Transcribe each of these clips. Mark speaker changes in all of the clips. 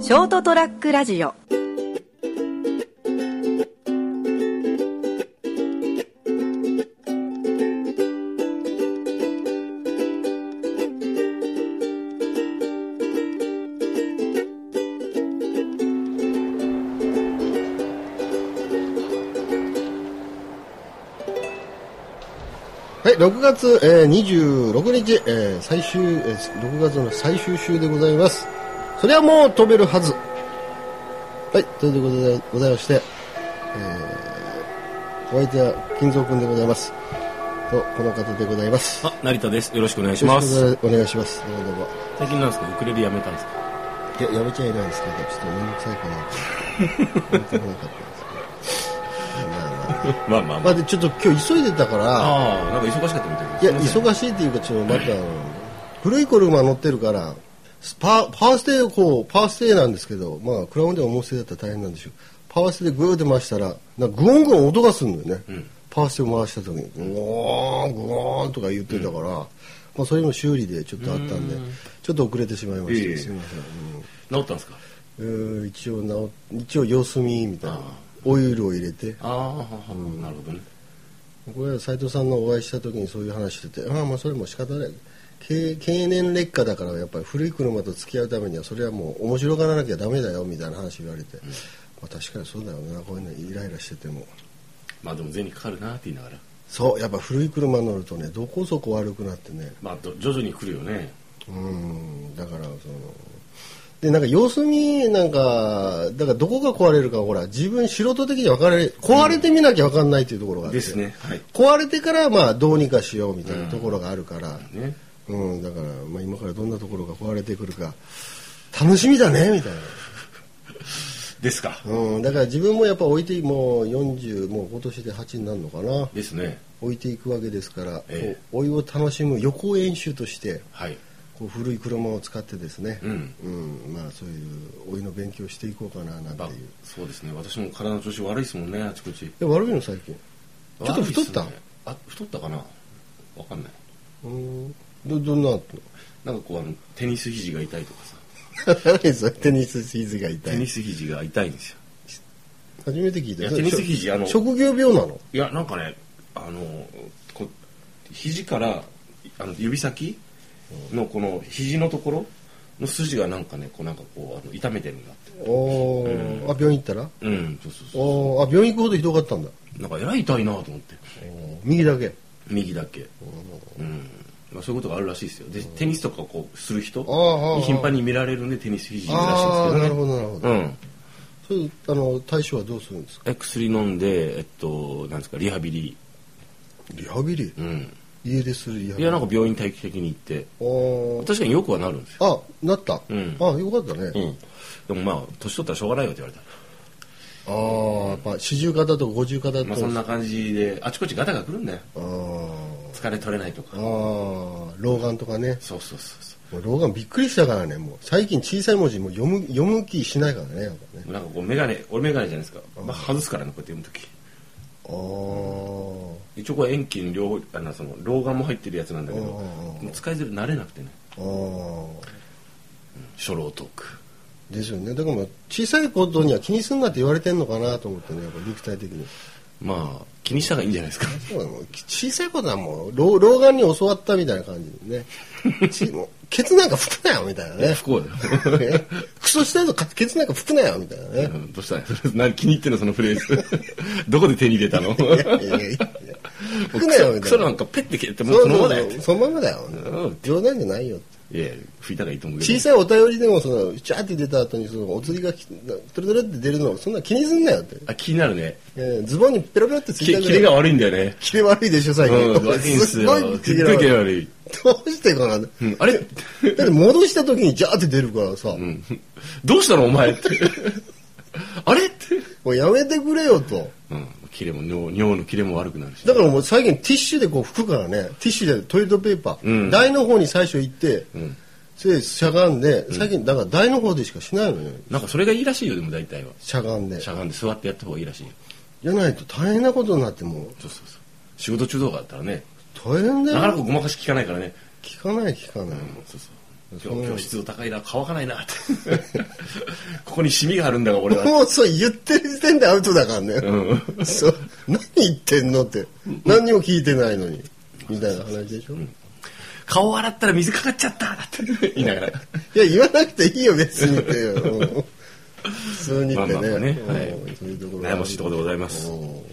Speaker 1: ショートトラックラジオ
Speaker 2: はい、6月、えー、26日、えー最終、えー6月の最終週でございます。それはもう飛べるはず。はい、ということでございまして、えーお相手は金蔵君でございます。と、この方でございます。
Speaker 3: あ、成田です。よろしくお願いします。
Speaker 2: よろしくお願いします。どうもどうも。
Speaker 3: 最近なんですかウクレレやめたんですか
Speaker 2: いや、やめちゃいないんですけど、ちょっと面倒くさいかな と。やめたくなかったんですけど。まあまあまあ
Speaker 3: まあまあ
Speaker 2: ま
Speaker 3: まあ。
Speaker 2: あで、ちょっと今日急いでたから、
Speaker 3: ああ、なんか忙しかったみたい
Speaker 2: いや、
Speaker 3: し
Speaker 2: 忙しいっていうか、ちょっとまた、古い車乗ってるから、パーパワーステーこう、パワーステーなんですけど、まあ、クラウンでも重ステーだったら大変なんでしょう。パワーステーでグーって回したら、なんかグオングオン音がするのよね。パワーステーを回した時に、グオーン、グオーンとか言ってたから、まあ、それの修理でちょっとあったんで、ちょっと遅れてしまいました。
Speaker 3: いえいえ
Speaker 2: すみません。うん
Speaker 3: 治ったんですか
Speaker 2: えー一応直、一応様子見みたいな。オイルを入れて、
Speaker 3: ああ、なるほどね。
Speaker 2: これは斉藤さんのお会いした時にそういう話しててああまあそれも仕方ない経経年劣化だからやっぱり古い車と付き合うためにはそれはもう面白がらなきゃダメだよみたいな話言われて、まあ、確かにそうだよなこういうのイライラしてても
Speaker 3: まあでも銭かかるなって言いながら。
Speaker 2: そうやっぱ古い車乗るとねどこそこ悪くなってね
Speaker 3: まあど徐々に来るよね。
Speaker 2: うんだからそのでなんか様子見なんかだからどこが壊れるかほら自分素人的には分かれ壊れてみなきゃ分かんないっていうところがあって、
Speaker 3: ですね。はい。
Speaker 2: 壊れてからまあどうにかしようみたいなところがあるから、
Speaker 3: ね。
Speaker 2: うん、だから、まあ、今からどんなところが壊れてくるか楽しみだねみたい
Speaker 3: ですか。
Speaker 2: な、うん、だから自分もやっぱ置いてもう40もう今年で8になるのかな
Speaker 3: ですね。
Speaker 2: 置いていくわけですから、
Speaker 3: ええ
Speaker 2: こう老いを楽しむ予行演習として
Speaker 3: はい。
Speaker 2: こう古い車を使ってですね、
Speaker 3: うん
Speaker 2: うんまあ、そういう老いの勉強をしていこうかななんて
Speaker 3: まあ
Speaker 2: いう、
Speaker 3: そうですね。私も体の調子悪いですもんね、あちこち。ち
Speaker 2: え悪いの最近ちょっと太った、
Speaker 3: あ、太ったかなわかんない。
Speaker 2: うんどどんなあっ
Speaker 3: なんかこう、あの、テニス肘が痛いとかさ。
Speaker 2: たの 何それテニスシーズが痛
Speaker 3: テニ
Speaker 2: い
Speaker 3: ス肘が痛いんですよ。
Speaker 2: 初めて聞いた
Speaker 3: いやテニス肘あの
Speaker 2: 職業病なの
Speaker 3: いやなんかねあのこう肘からあの指先のこの肘のところの筋がなんかねこうなんかこうあの痛めてるんだって
Speaker 2: おーあ病院行ったら
Speaker 3: うんそうそうそ
Speaker 2: おーあ病院行くほどひどかったんだ
Speaker 3: うなんかえらい痛いなと思って
Speaker 2: 右だけ
Speaker 3: 右だけうん、まあ、そういうことがあるらしいですよでテニスとかこうする人
Speaker 2: ああ
Speaker 3: に頻繁に見られるんでテニス肘らしいんです
Speaker 2: ああ
Speaker 3: けどね
Speaker 2: なるほどなるほど、
Speaker 3: うん
Speaker 2: それあの対処はどうするんですか
Speaker 3: え薬飲んでえっとなんですかリハビリ
Speaker 2: リハビリ、
Speaker 3: うん
Speaker 2: 家でするリハ
Speaker 3: い
Speaker 2: ビリ
Speaker 3: やなんか病院定期的に行って
Speaker 2: おー
Speaker 3: 確かによくはなるんですよ
Speaker 2: あなった、
Speaker 3: うん
Speaker 2: あよかったね、
Speaker 3: うん、でもまあ年取ったらしょうがないよって言われた、
Speaker 2: ああやっぱ四十肩とか五十肩と
Speaker 3: まあ、そんな感じであちこちガタが来るんだよ
Speaker 2: あー
Speaker 3: 疲れ取れないと
Speaker 2: あ
Speaker 3: か
Speaker 2: ー老眼とかね
Speaker 3: そうそうそうそ
Speaker 2: もう老眼びっくりしたからねもう最近小さい文字もう読む読む気しないからねやっぱね
Speaker 3: うなんかこう眼鏡俺眼鏡じゃないですか、まあ、外すからねこうやって読む時
Speaker 2: ああ
Speaker 3: 一応これ遠近両方あのその老眼も入ってるやつなんだけど
Speaker 2: うんうんうん
Speaker 3: もう使いづら慣れなくてね
Speaker 2: ああ
Speaker 3: 初老トーク
Speaker 2: ですよねだからまあ小さいことには気にすんなって言われてんのかなと思ってねやっぱ肉体的に
Speaker 3: まあ気にした方がいいんじゃないですか
Speaker 2: そうだもう小さいことはもう老老眼に教わったみたいな感じでねちもうケツなんか拭くなよみたいなね
Speaker 3: 不幸だよ
Speaker 2: ねクソしたいとケツなんか拭くなよみたいなね
Speaker 3: うんどうした のそれ何気に入ってんのそのフレーズ どこで手に入れたの
Speaker 2: いやいやいやいや拭くなよみ
Speaker 3: ク
Speaker 2: た
Speaker 3: ソ
Speaker 2: いな
Speaker 3: なんかペッて蹴っても
Speaker 2: そうう
Speaker 3: そ
Speaker 2: そう
Speaker 3: のままだ
Speaker 2: そ
Speaker 3: よ
Speaker 2: うそのままだよ
Speaker 3: うん
Speaker 2: 冗談じゃないよ
Speaker 3: いやいや拭いたらいいと思うけど
Speaker 2: 小さいお便りでもそのジャーって出た後にそのお釣りがきトゥルトゥルって出るのそんな気にすんなよって、
Speaker 3: あ気になるね
Speaker 2: えーズボンにペロペロってつ
Speaker 3: き
Speaker 2: いた
Speaker 3: キ
Speaker 2: ぐらい
Speaker 3: レが悪いんだよね
Speaker 2: キレ悪いでしょ、最近。
Speaker 3: うん、悪いんすよ。
Speaker 2: キ
Speaker 3: すっ
Speaker 2: レ
Speaker 3: ごい
Speaker 2: 悪
Speaker 3: キ
Speaker 2: い
Speaker 3: レ悪い。
Speaker 2: どうしてかなだっ
Speaker 3: うんあれ
Speaker 2: て戻した時にジャーって出るからさ、も
Speaker 3: どうしたのお前って。あれって。
Speaker 2: うやめてくれよと。
Speaker 3: うん、キレも尿、尿のキレも悪くなるし。
Speaker 2: だからもう最近ティッシュでこう拭くからね、ティッシュでトイレットペーパー、
Speaker 3: うん
Speaker 2: 台の方に最初行って、
Speaker 3: ん
Speaker 2: それでしゃがんで、最近だから台の方でしかしないのよ、
Speaker 3: なんかそれがいいらしいよ、でも大体は。
Speaker 2: しゃがんで
Speaker 3: し。ゃがんで座ってやった方がいいらしいよ。
Speaker 2: じゃないと大変なことになってもう、
Speaker 3: そうそうそう。仕事中とかだったらね、
Speaker 2: 大変だ
Speaker 3: なかなか
Speaker 2: よ。
Speaker 3: ごまかし効かないからね。
Speaker 2: 聞かない聞かない。
Speaker 3: うん、そうそう。今日今日湿度高いな乾かないなってここにシミがあるんだが俺は
Speaker 2: もうそう言ってる時点でアウトだからね、そう何言ってんのって何にも聞いてないのにみたいな話でしょ、
Speaker 3: 顔洗ったら水かかっちゃっただって言いながら
Speaker 2: いや言わなくていいよ別にって うん普通にってね,う
Speaker 3: まあ
Speaker 2: ん、
Speaker 3: まあまあねはい
Speaker 2: そういうところ
Speaker 3: 悩ましいところでございます
Speaker 2: うん
Speaker 3: 今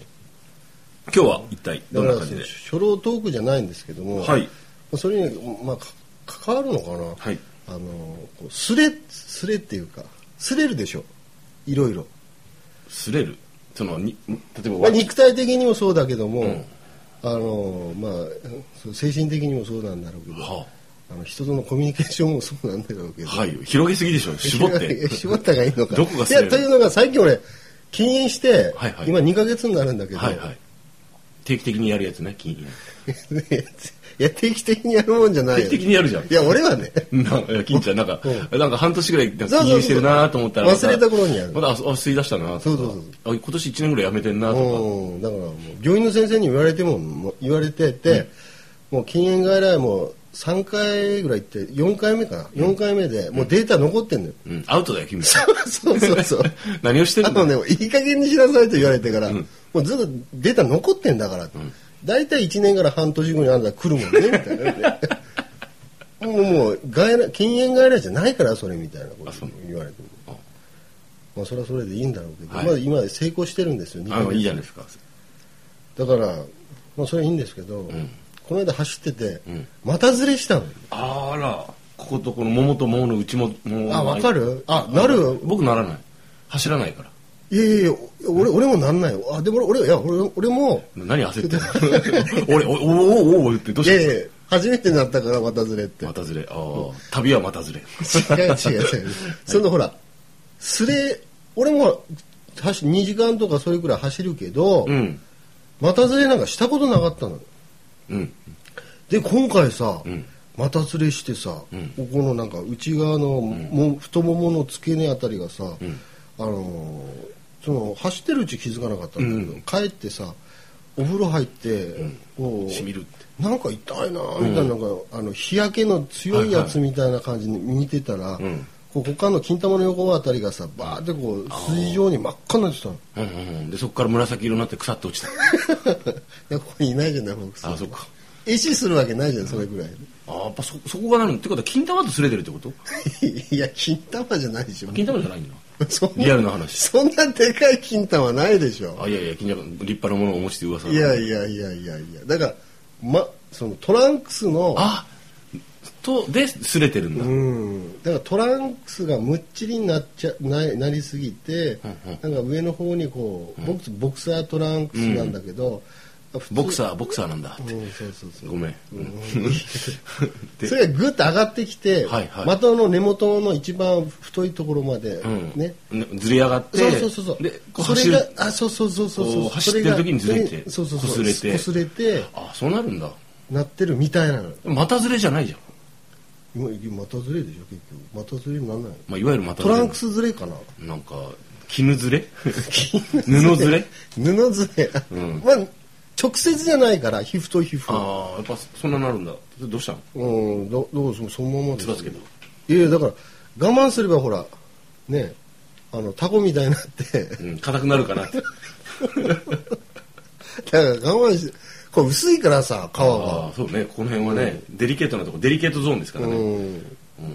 Speaker 3: 日は一体ど
Speaker 2: だか
Speaker 3: んな
Speaker 2: ら
Speaker 3: 感じで
Speaker 2: 初老トークじゃないんですけども、
Speaker 3: はい
Speaker 2: それに、まあ、か関わるのかな、
Speaker 3: はい
Speaker 2: あのこうすれすれっていうかすれるでしょいろいろ、
Speaker 3: 擦れるそのに例えば
Speaker 2: まあ、
Speaker 3: わ
Speaker 2: 肉体的にもそうだけども、
Speaker 3: ん
Speaker 2: あのまあそう精神的にもそうなんだろうけど、
Speaker 3: は
Speaker 2: あの人とのコミュニケーションもそうなんだろうけど、
Speaker 3: はい広げすぎでしょ絞っ
Speaker 2: い や
Speaker 3: て
Speaker 2: 絞った方がいいのか
Speaker 3: どこが
Speaker 2: い
Speaker 3: すれる
Speaker 2: やというのが最近俺禁煙して、
Speaker 3: はいはい
Speaker 2: 今2ヶ月になるんだけど、
Speaker 3: はいはい定期的にやるやつね金融
Speaker 2: いや定期的にやるもんじゃない
Speaker 3: 定
Speaker 2: よ
Speaker 3: 期的にやるじゃん
Speaker 2: いや俺はね
Speaker 3: なんか金ちゃんなんか、
Speaker 2: う
Speaker 3: なんか半年ぐらいなん
Speaker 2: そうそう
Speaker 3: か
Speaker 2: そう
Speaker 3: 気にしてるなと思ったらま
Speaker 2: 忘れた頃にやる
Speaker 3: まだああ吸い出したなとか
Speaker 2: そうそうそう
Speaker 3: あ今年1年ぐらいやめてんなと
Speaker 2: うん、だからもう病院の先生に言われてももう言われてて、もう禁煙外来も3回ぐらい行って4回目かな、4回目でもうデータ残ってんのよ、
Speaker 3: か、うん、アウトだよ 君
Speaker 2: そうそうそう
Speaker 3: 何をして
Speaker 2: あ
Speaker 3: る
Speaker 2: と
Speaker 3: の、
Speaker 2: ねいい加減にしなさいと言われてから、もうずっとデータ残ってんだからって大体、1年から半年後にあんた来るもんねみたいなね もうもう外来禁煙外来じゃないからそれみたいなこと
Speaker 3: あそう
Speaker 2: 言われても
Speaker 3: あ
Speaker 2: まあそれはそれでいいんだろうけど、
Speaker 3: はい
Speaker 2: まあ今成功してるんですよ二ヶ
Speaker 3: あの
Speaker 2: 月
Speaker 3: いいじゃないですか
Speaker 2: だから、まあ、それはいいんですけど、
Speaker 3: ん
Speaker 2: この間走ってて、
Speaker 3: うん
Speaker 2: またずれしたの
Speaker 3: あらこことこの桃と桃のうちもも
Speaker 2: あわかるあなる
Speaker 3: 僕ならない走らないから
Speaker 2: いやいやいやお俺俺もなんないよあでも俺俺いや俺俺も
Speaker 3: 何焦ってんの俺おおおおおってどう
Speaker 2: いやい
Speaker 3: し
Speaker 2: や
Speaker 3: た
Speaker 2: いや初めてなったからまたずれって
Speaker 3: またずれああ旅はまたずれ
Speaker 2: 違う違う違うそのほらすれ俺も走2時間とかそれくらい走るけど、
Speaker 3: うん
Speaker 2: またずれなんかしたことなかったの
Speaker 3: うん
Speaker 2: で今回さ、
Speaker 3: うん
Speaker 2: またずれしてさ、
Speaker 3: うん
Speaker 2: ここのなんか内側のも、太ももの付け根あたりがさ、
Speaker 3: ん
Speaker 2: あのーその走ってるうち気づかなかったんだけど、
Speaker 3: うん
Speaker 2: 帰ってさお風呂入って、こう
Speaker 3: しみるって
Speaker 2: なんか痛いなーみたいな,、なんかあの日焼けの強いやつみたいな感じに見てたら、
Speaker 3: うん
Speaker 2: こう他の金玉の横あたりがさバーってこう筋状に真っ赤になって たの。
Speaker 3: うんうんうんでそこから紫色になって腐って落ちた
Speaker 2: いやここにいないじゃない僕
Speaker 3: あそっか
Speaker 2: 意思するわけないじゃんそれぐらい。
Speaker 3: あーやっぱそそこがなるってことは金玉と擦れてるってこと
Speaker 2: いや金玉じゃないでしょ
Speaker 3: 金玉じゃないんだ
Speaker 2: そんな
Speaker 3: リアルな話
Speaker 2: そんなでかい金玉ないでしょ
Speaker 3: あいやいや金玉立派なものをお持ちで噂
Speaker 2: いや
Speaker 3: や
Speaker 2: いやいやいやいやだから、ま、そのトランクスの
Speaker 3: あとで擦れてるんだ、
Speaker 2: うんだからトランクスがむっちりになっちゃななりすぎて、なんか上の方にこうボクスボクサートランクスなんだけど、
Speaker 3: ボク
Speaker 2: ー
Speaker 3: サーボクサーなんだって
Speaker 2: うん、そうそうそう
Speaker 3: ごめん、うん
Speaker 2: それがぐっと上がってきて、
Speaker 3: はいはい
Speaker 2: 的の根元の一番太いところまで、
Speaker 3: うん
Speaker 2: ね
Speaker 3: ねずれ上がって
Speaker 2: そうそうそうそう
Speaker 3: でこう
Speaker 2: それ
Speaker 3: 走る
Speaker 2: があそうそうそうそう
Speaker 3: こ
Speaker 2: そうう
Speaker 3: 走ってる時にずれて
Speaker 2: そがそうそうそう
Speaker 3: 擦れて
Speaker 2: 擦れて
Speaker 3: あそうなるんだ
Speaker 2: なってるみたいなの
Speaker 3: またずれじゃないじゃん、
Speaker 2: 今またずれでしょ結局またずれにならない
Speaker 3: まあ、いわゆるまたず
Speaker 2: ト
Speaker 3: れ
Speaker 2: ランクスずれかな
Speaker 3: なんか絹ずれ 布ずれ
Speaker 2: 布ずれ、
Speaker 3: ん
Speaker 2: まあ直接じゃないから皮膚と皮膚
Speaker 3: ああやっぱそんななるんだどうしたの
Speaker 2: うんどどうそそのままで
Speaker 3: つ
Speaker 2: す
Speaker 3: ばつけた
Speaker 2: いやいやだから我慢すればほらねあのタコみたいになって
Speaker 3: うん硬くなるかなって
Speaker 2: だから我慢してこれ薄いからさ皮が
Speaker 3: ああそうねこの辺はね、デリケートなとこデリケートゾーンですからね、
Speaker 2: うん、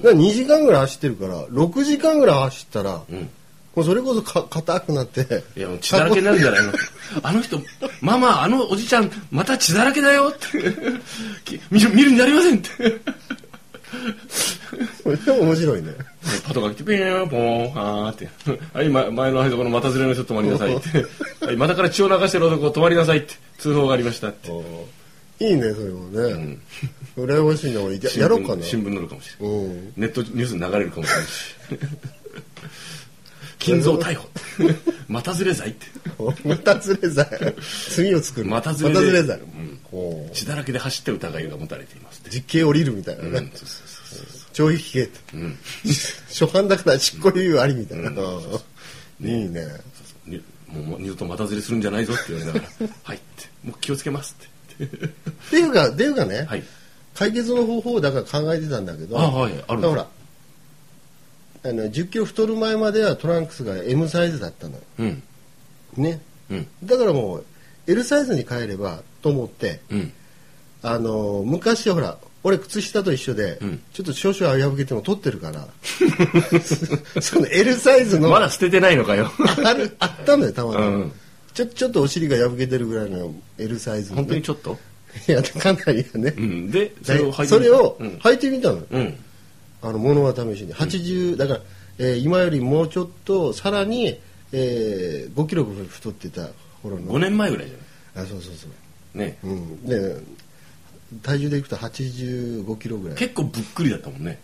Speaker 2: だから2時間ぐらい走ってるから6時間ぐらい走ったら、もうそれこそか硬くなって
Speaker 3: いやもう血だらけになるんじゃないのあの人ママあのおじちゃんまた血だらけだよって き見る見るんじゃありませんって
Speaker 2: でも面白いね
Speaker 3: パトカー来てピーンポーンはーって「はいま前のあそこの股ずれの人止まりなさい」って「はいまたから血を流してる男止まりなさい」って通報がありましたって
Speaker 2: いいねそれもね、羨ましいな俺ややろうかな
Speaker 3: 新聞載るかもしれない
Speaker 2: うん
Speaker 3: ネットニュースに流れるかもしれないし 金蔵逮捕 またずれ罪って
Speaker 2: またずれ罪罪を作る
Speaker 3: またずれで
Speaker 2: 罪、
Speaker 3: うん
Speaker 2: こう
Speaker 3: 血だらけで走ってる疑いが持たれていますって
Speaker 2: 実刑降りるみたいなね、
Speaker 3: うんそうそうそうそう
Speaker 2: 懲役刑と、初犯だから執行猶予ありみたいな、うんいいね
Speaker 3: にもう二度とまたずれするんじゃないぞって言われながら「はい」って「もう気をつけます」って
Speaker 2: っていうかっていうかね、
Speaker 3: はい
Speaker 2: 解決の方法をだから考えてたんだけど
Speaker 3: あはいあるんだ
Speaker 2: ほらあの10キロ太る前まではトランクスが M サイズだったのよ
Speaker 3: うん
Speaker 2: ね
Speaker 3: うん
Speaker 2: だからもう L サイズに変えればと思って
Speaker 3: うん
Speaker 2: あの昔ほら俺靴下と一緒で、
Speaker 3: うん
Speaker 2: ちょっと少々破けても取ってるから その L サイズの
Speaker 3: まだ捨ててないのかよ
Speaker 2: あるあったのよたまに、
Speaker 3: うん
Speaker 2: ちょちょっとお尻が破けてるぐらいの L サイズのね
Speaker 3: 本当にちょっと
Speaker 2: いやかなりよね、
Speaker 3: うんでそ
Speaker 2: だい
Speaker 3: れを履いてみた
Speaker 2: それを
Speaker 3: うん
Speaker 2: 履いてみたの、
Speaker 3: うん
Speaker 2: あの物は試しに80、だから、えー今よりもうちょっとさらに、えー5キロぐらい太ってた頃の
Speaker 3: 5年前ぐらいじゃ
Speaker 2: あそうそうそう、
Speaker 3: ないね
Speaker 2: うん、で体重でいくと85キロぐらい
Speaker 3: 結構ぶっくりだったもんね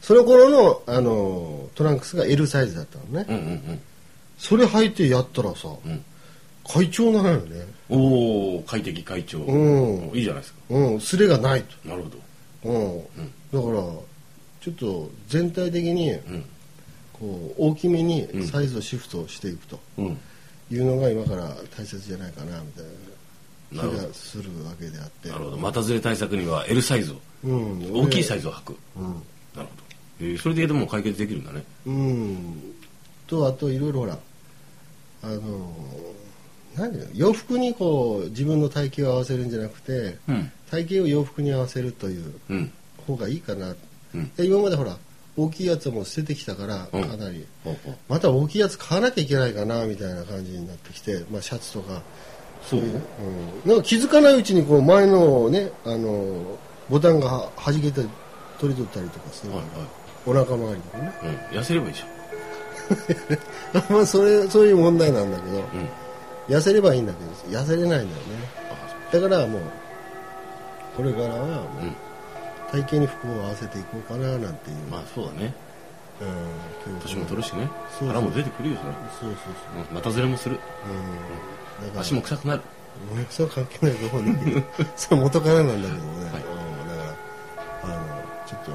Speaker 2: その頃のあのトランクスが L サイズだったのね、
Speaker 3: うんうん
Speaker 2: それ履いてやったらさ、
Speaker 3: ん
Speaker 2: 快調なのよね
Speaker 3: うんおお快適快調
Speaker 2: うん
Speaker 3: いいじゃないですか
Speaker 2: うんすれがないと
Speaker 3: なるほど
Speaker 2: うん、だからちょっと全体的に
Speaker 3: うん
Speaker 2: こう大きめにサイズをシフトしていくと
Speaker 3: うん
Speaker 2: いうのが今から大切じゃないかなみたいな
Speaker 3: なるほ
Speaker 2: 気
Speaker 3: ど
Speaker 2: がするわけであって
Speaker 3: なるほど股ずれ対策には L サイズを
Speaker 2: うん、
Speaker 3: 大きいサ
Speaker 2: イ
Speaker 3: イズを履く
Speaker 2: ズ、うん
Speaker 3: なるほど、えーそれででも解決できるんだね
Speaker 2: うん、とあといろいろほらあの何だろう洋服にこう自分の体型を合わせるんじゃなくて
Speaker 3: うん
Speaker 2: 体型を洋服に合わせるという
Speaker 3: うん
Speaker 2: 方がいいかな、
Speaker 3: うん
Speaker 2: で今までほら大きいやつはもう捨ててきたから
Speaker 3: うん
Speaker 2: かなり、
Speaker 3: ほうほう
Speaker 2: また大きいやつ買わなきゃいけないかなみたいな感じになってきて、まあ、シャツとか、
Speaker 3: そう
Speaker 2: うん、なんか気づかないうちにこう前のねあのボタンがははじけて取り取ったりとかする、
Speaker 3: はい
Speaker 2: お腹周りとかね
Speaker 3: はい、うん、痩せればいいじゃん
Speaker 2: まあそれそういう問題なんだけど、
Speaker 3: うん
Speaker 2: 痩せればいいんだけど痩せれないんだよね
Speaker 3: あそ
Speaker 2: だからもうこれからはもう
Speaker 3: うん
Speaker 2: 体型に服を合わせていこうかななんていう、
Speaker 3: うまあそうだね
Speaker 2: うん
Speaker 3: 年も取るしね
Speaker 2: そうそう
Speaker 3: 腹も出てくるよそれ
Speaker 2: そうそうそう
Speaker 3: うん股ずれもする
Speaker 2: うんだから
Speaker 3: 足も臭くなる
Speaker 2: 俺それは関係ないと思うんだけど それ元からなんだけどね、
Speaker 3: はい
Speaker 2: うんだからあのちょっと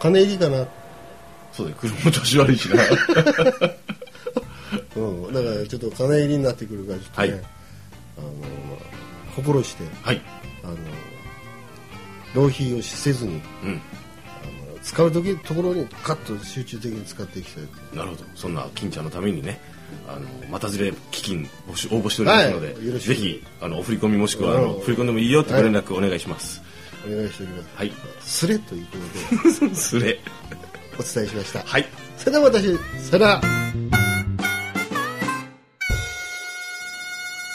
Speaker 2: 金入りかな、
Speaker 3: そうだよ車も年悪いしな
Speaker 2: うん、だからちょっと金入りになってくるからちょっとね、
Speaker 3: はい
Speaker 2: あの心して
Speaker 3: はい
Speaker 2: あの浪費をせずに
Speaker 3: うん
Speaker 2: あの使う時ところにカッと集中的に使っていきたい
Speaker 3: なるほどそんな金ちゃんのためにねあの股ずれ基金募集応募しておりますので、
Speaker 2: はいよろしく
Speaker 3: ぜひあのお振り込みもしくはあの
Speaker 2: うん
Speaker 3: 振り込んでもいいよってご連絡お願いし ます
Speaker 2: お願いしております、
Speaker 3: はい、
Speaker 2: すれということで
Speaker 3: すれ
Speaker 2: お伝えしました
Speaker 3: はい
Speaker 2: それでは私さよなら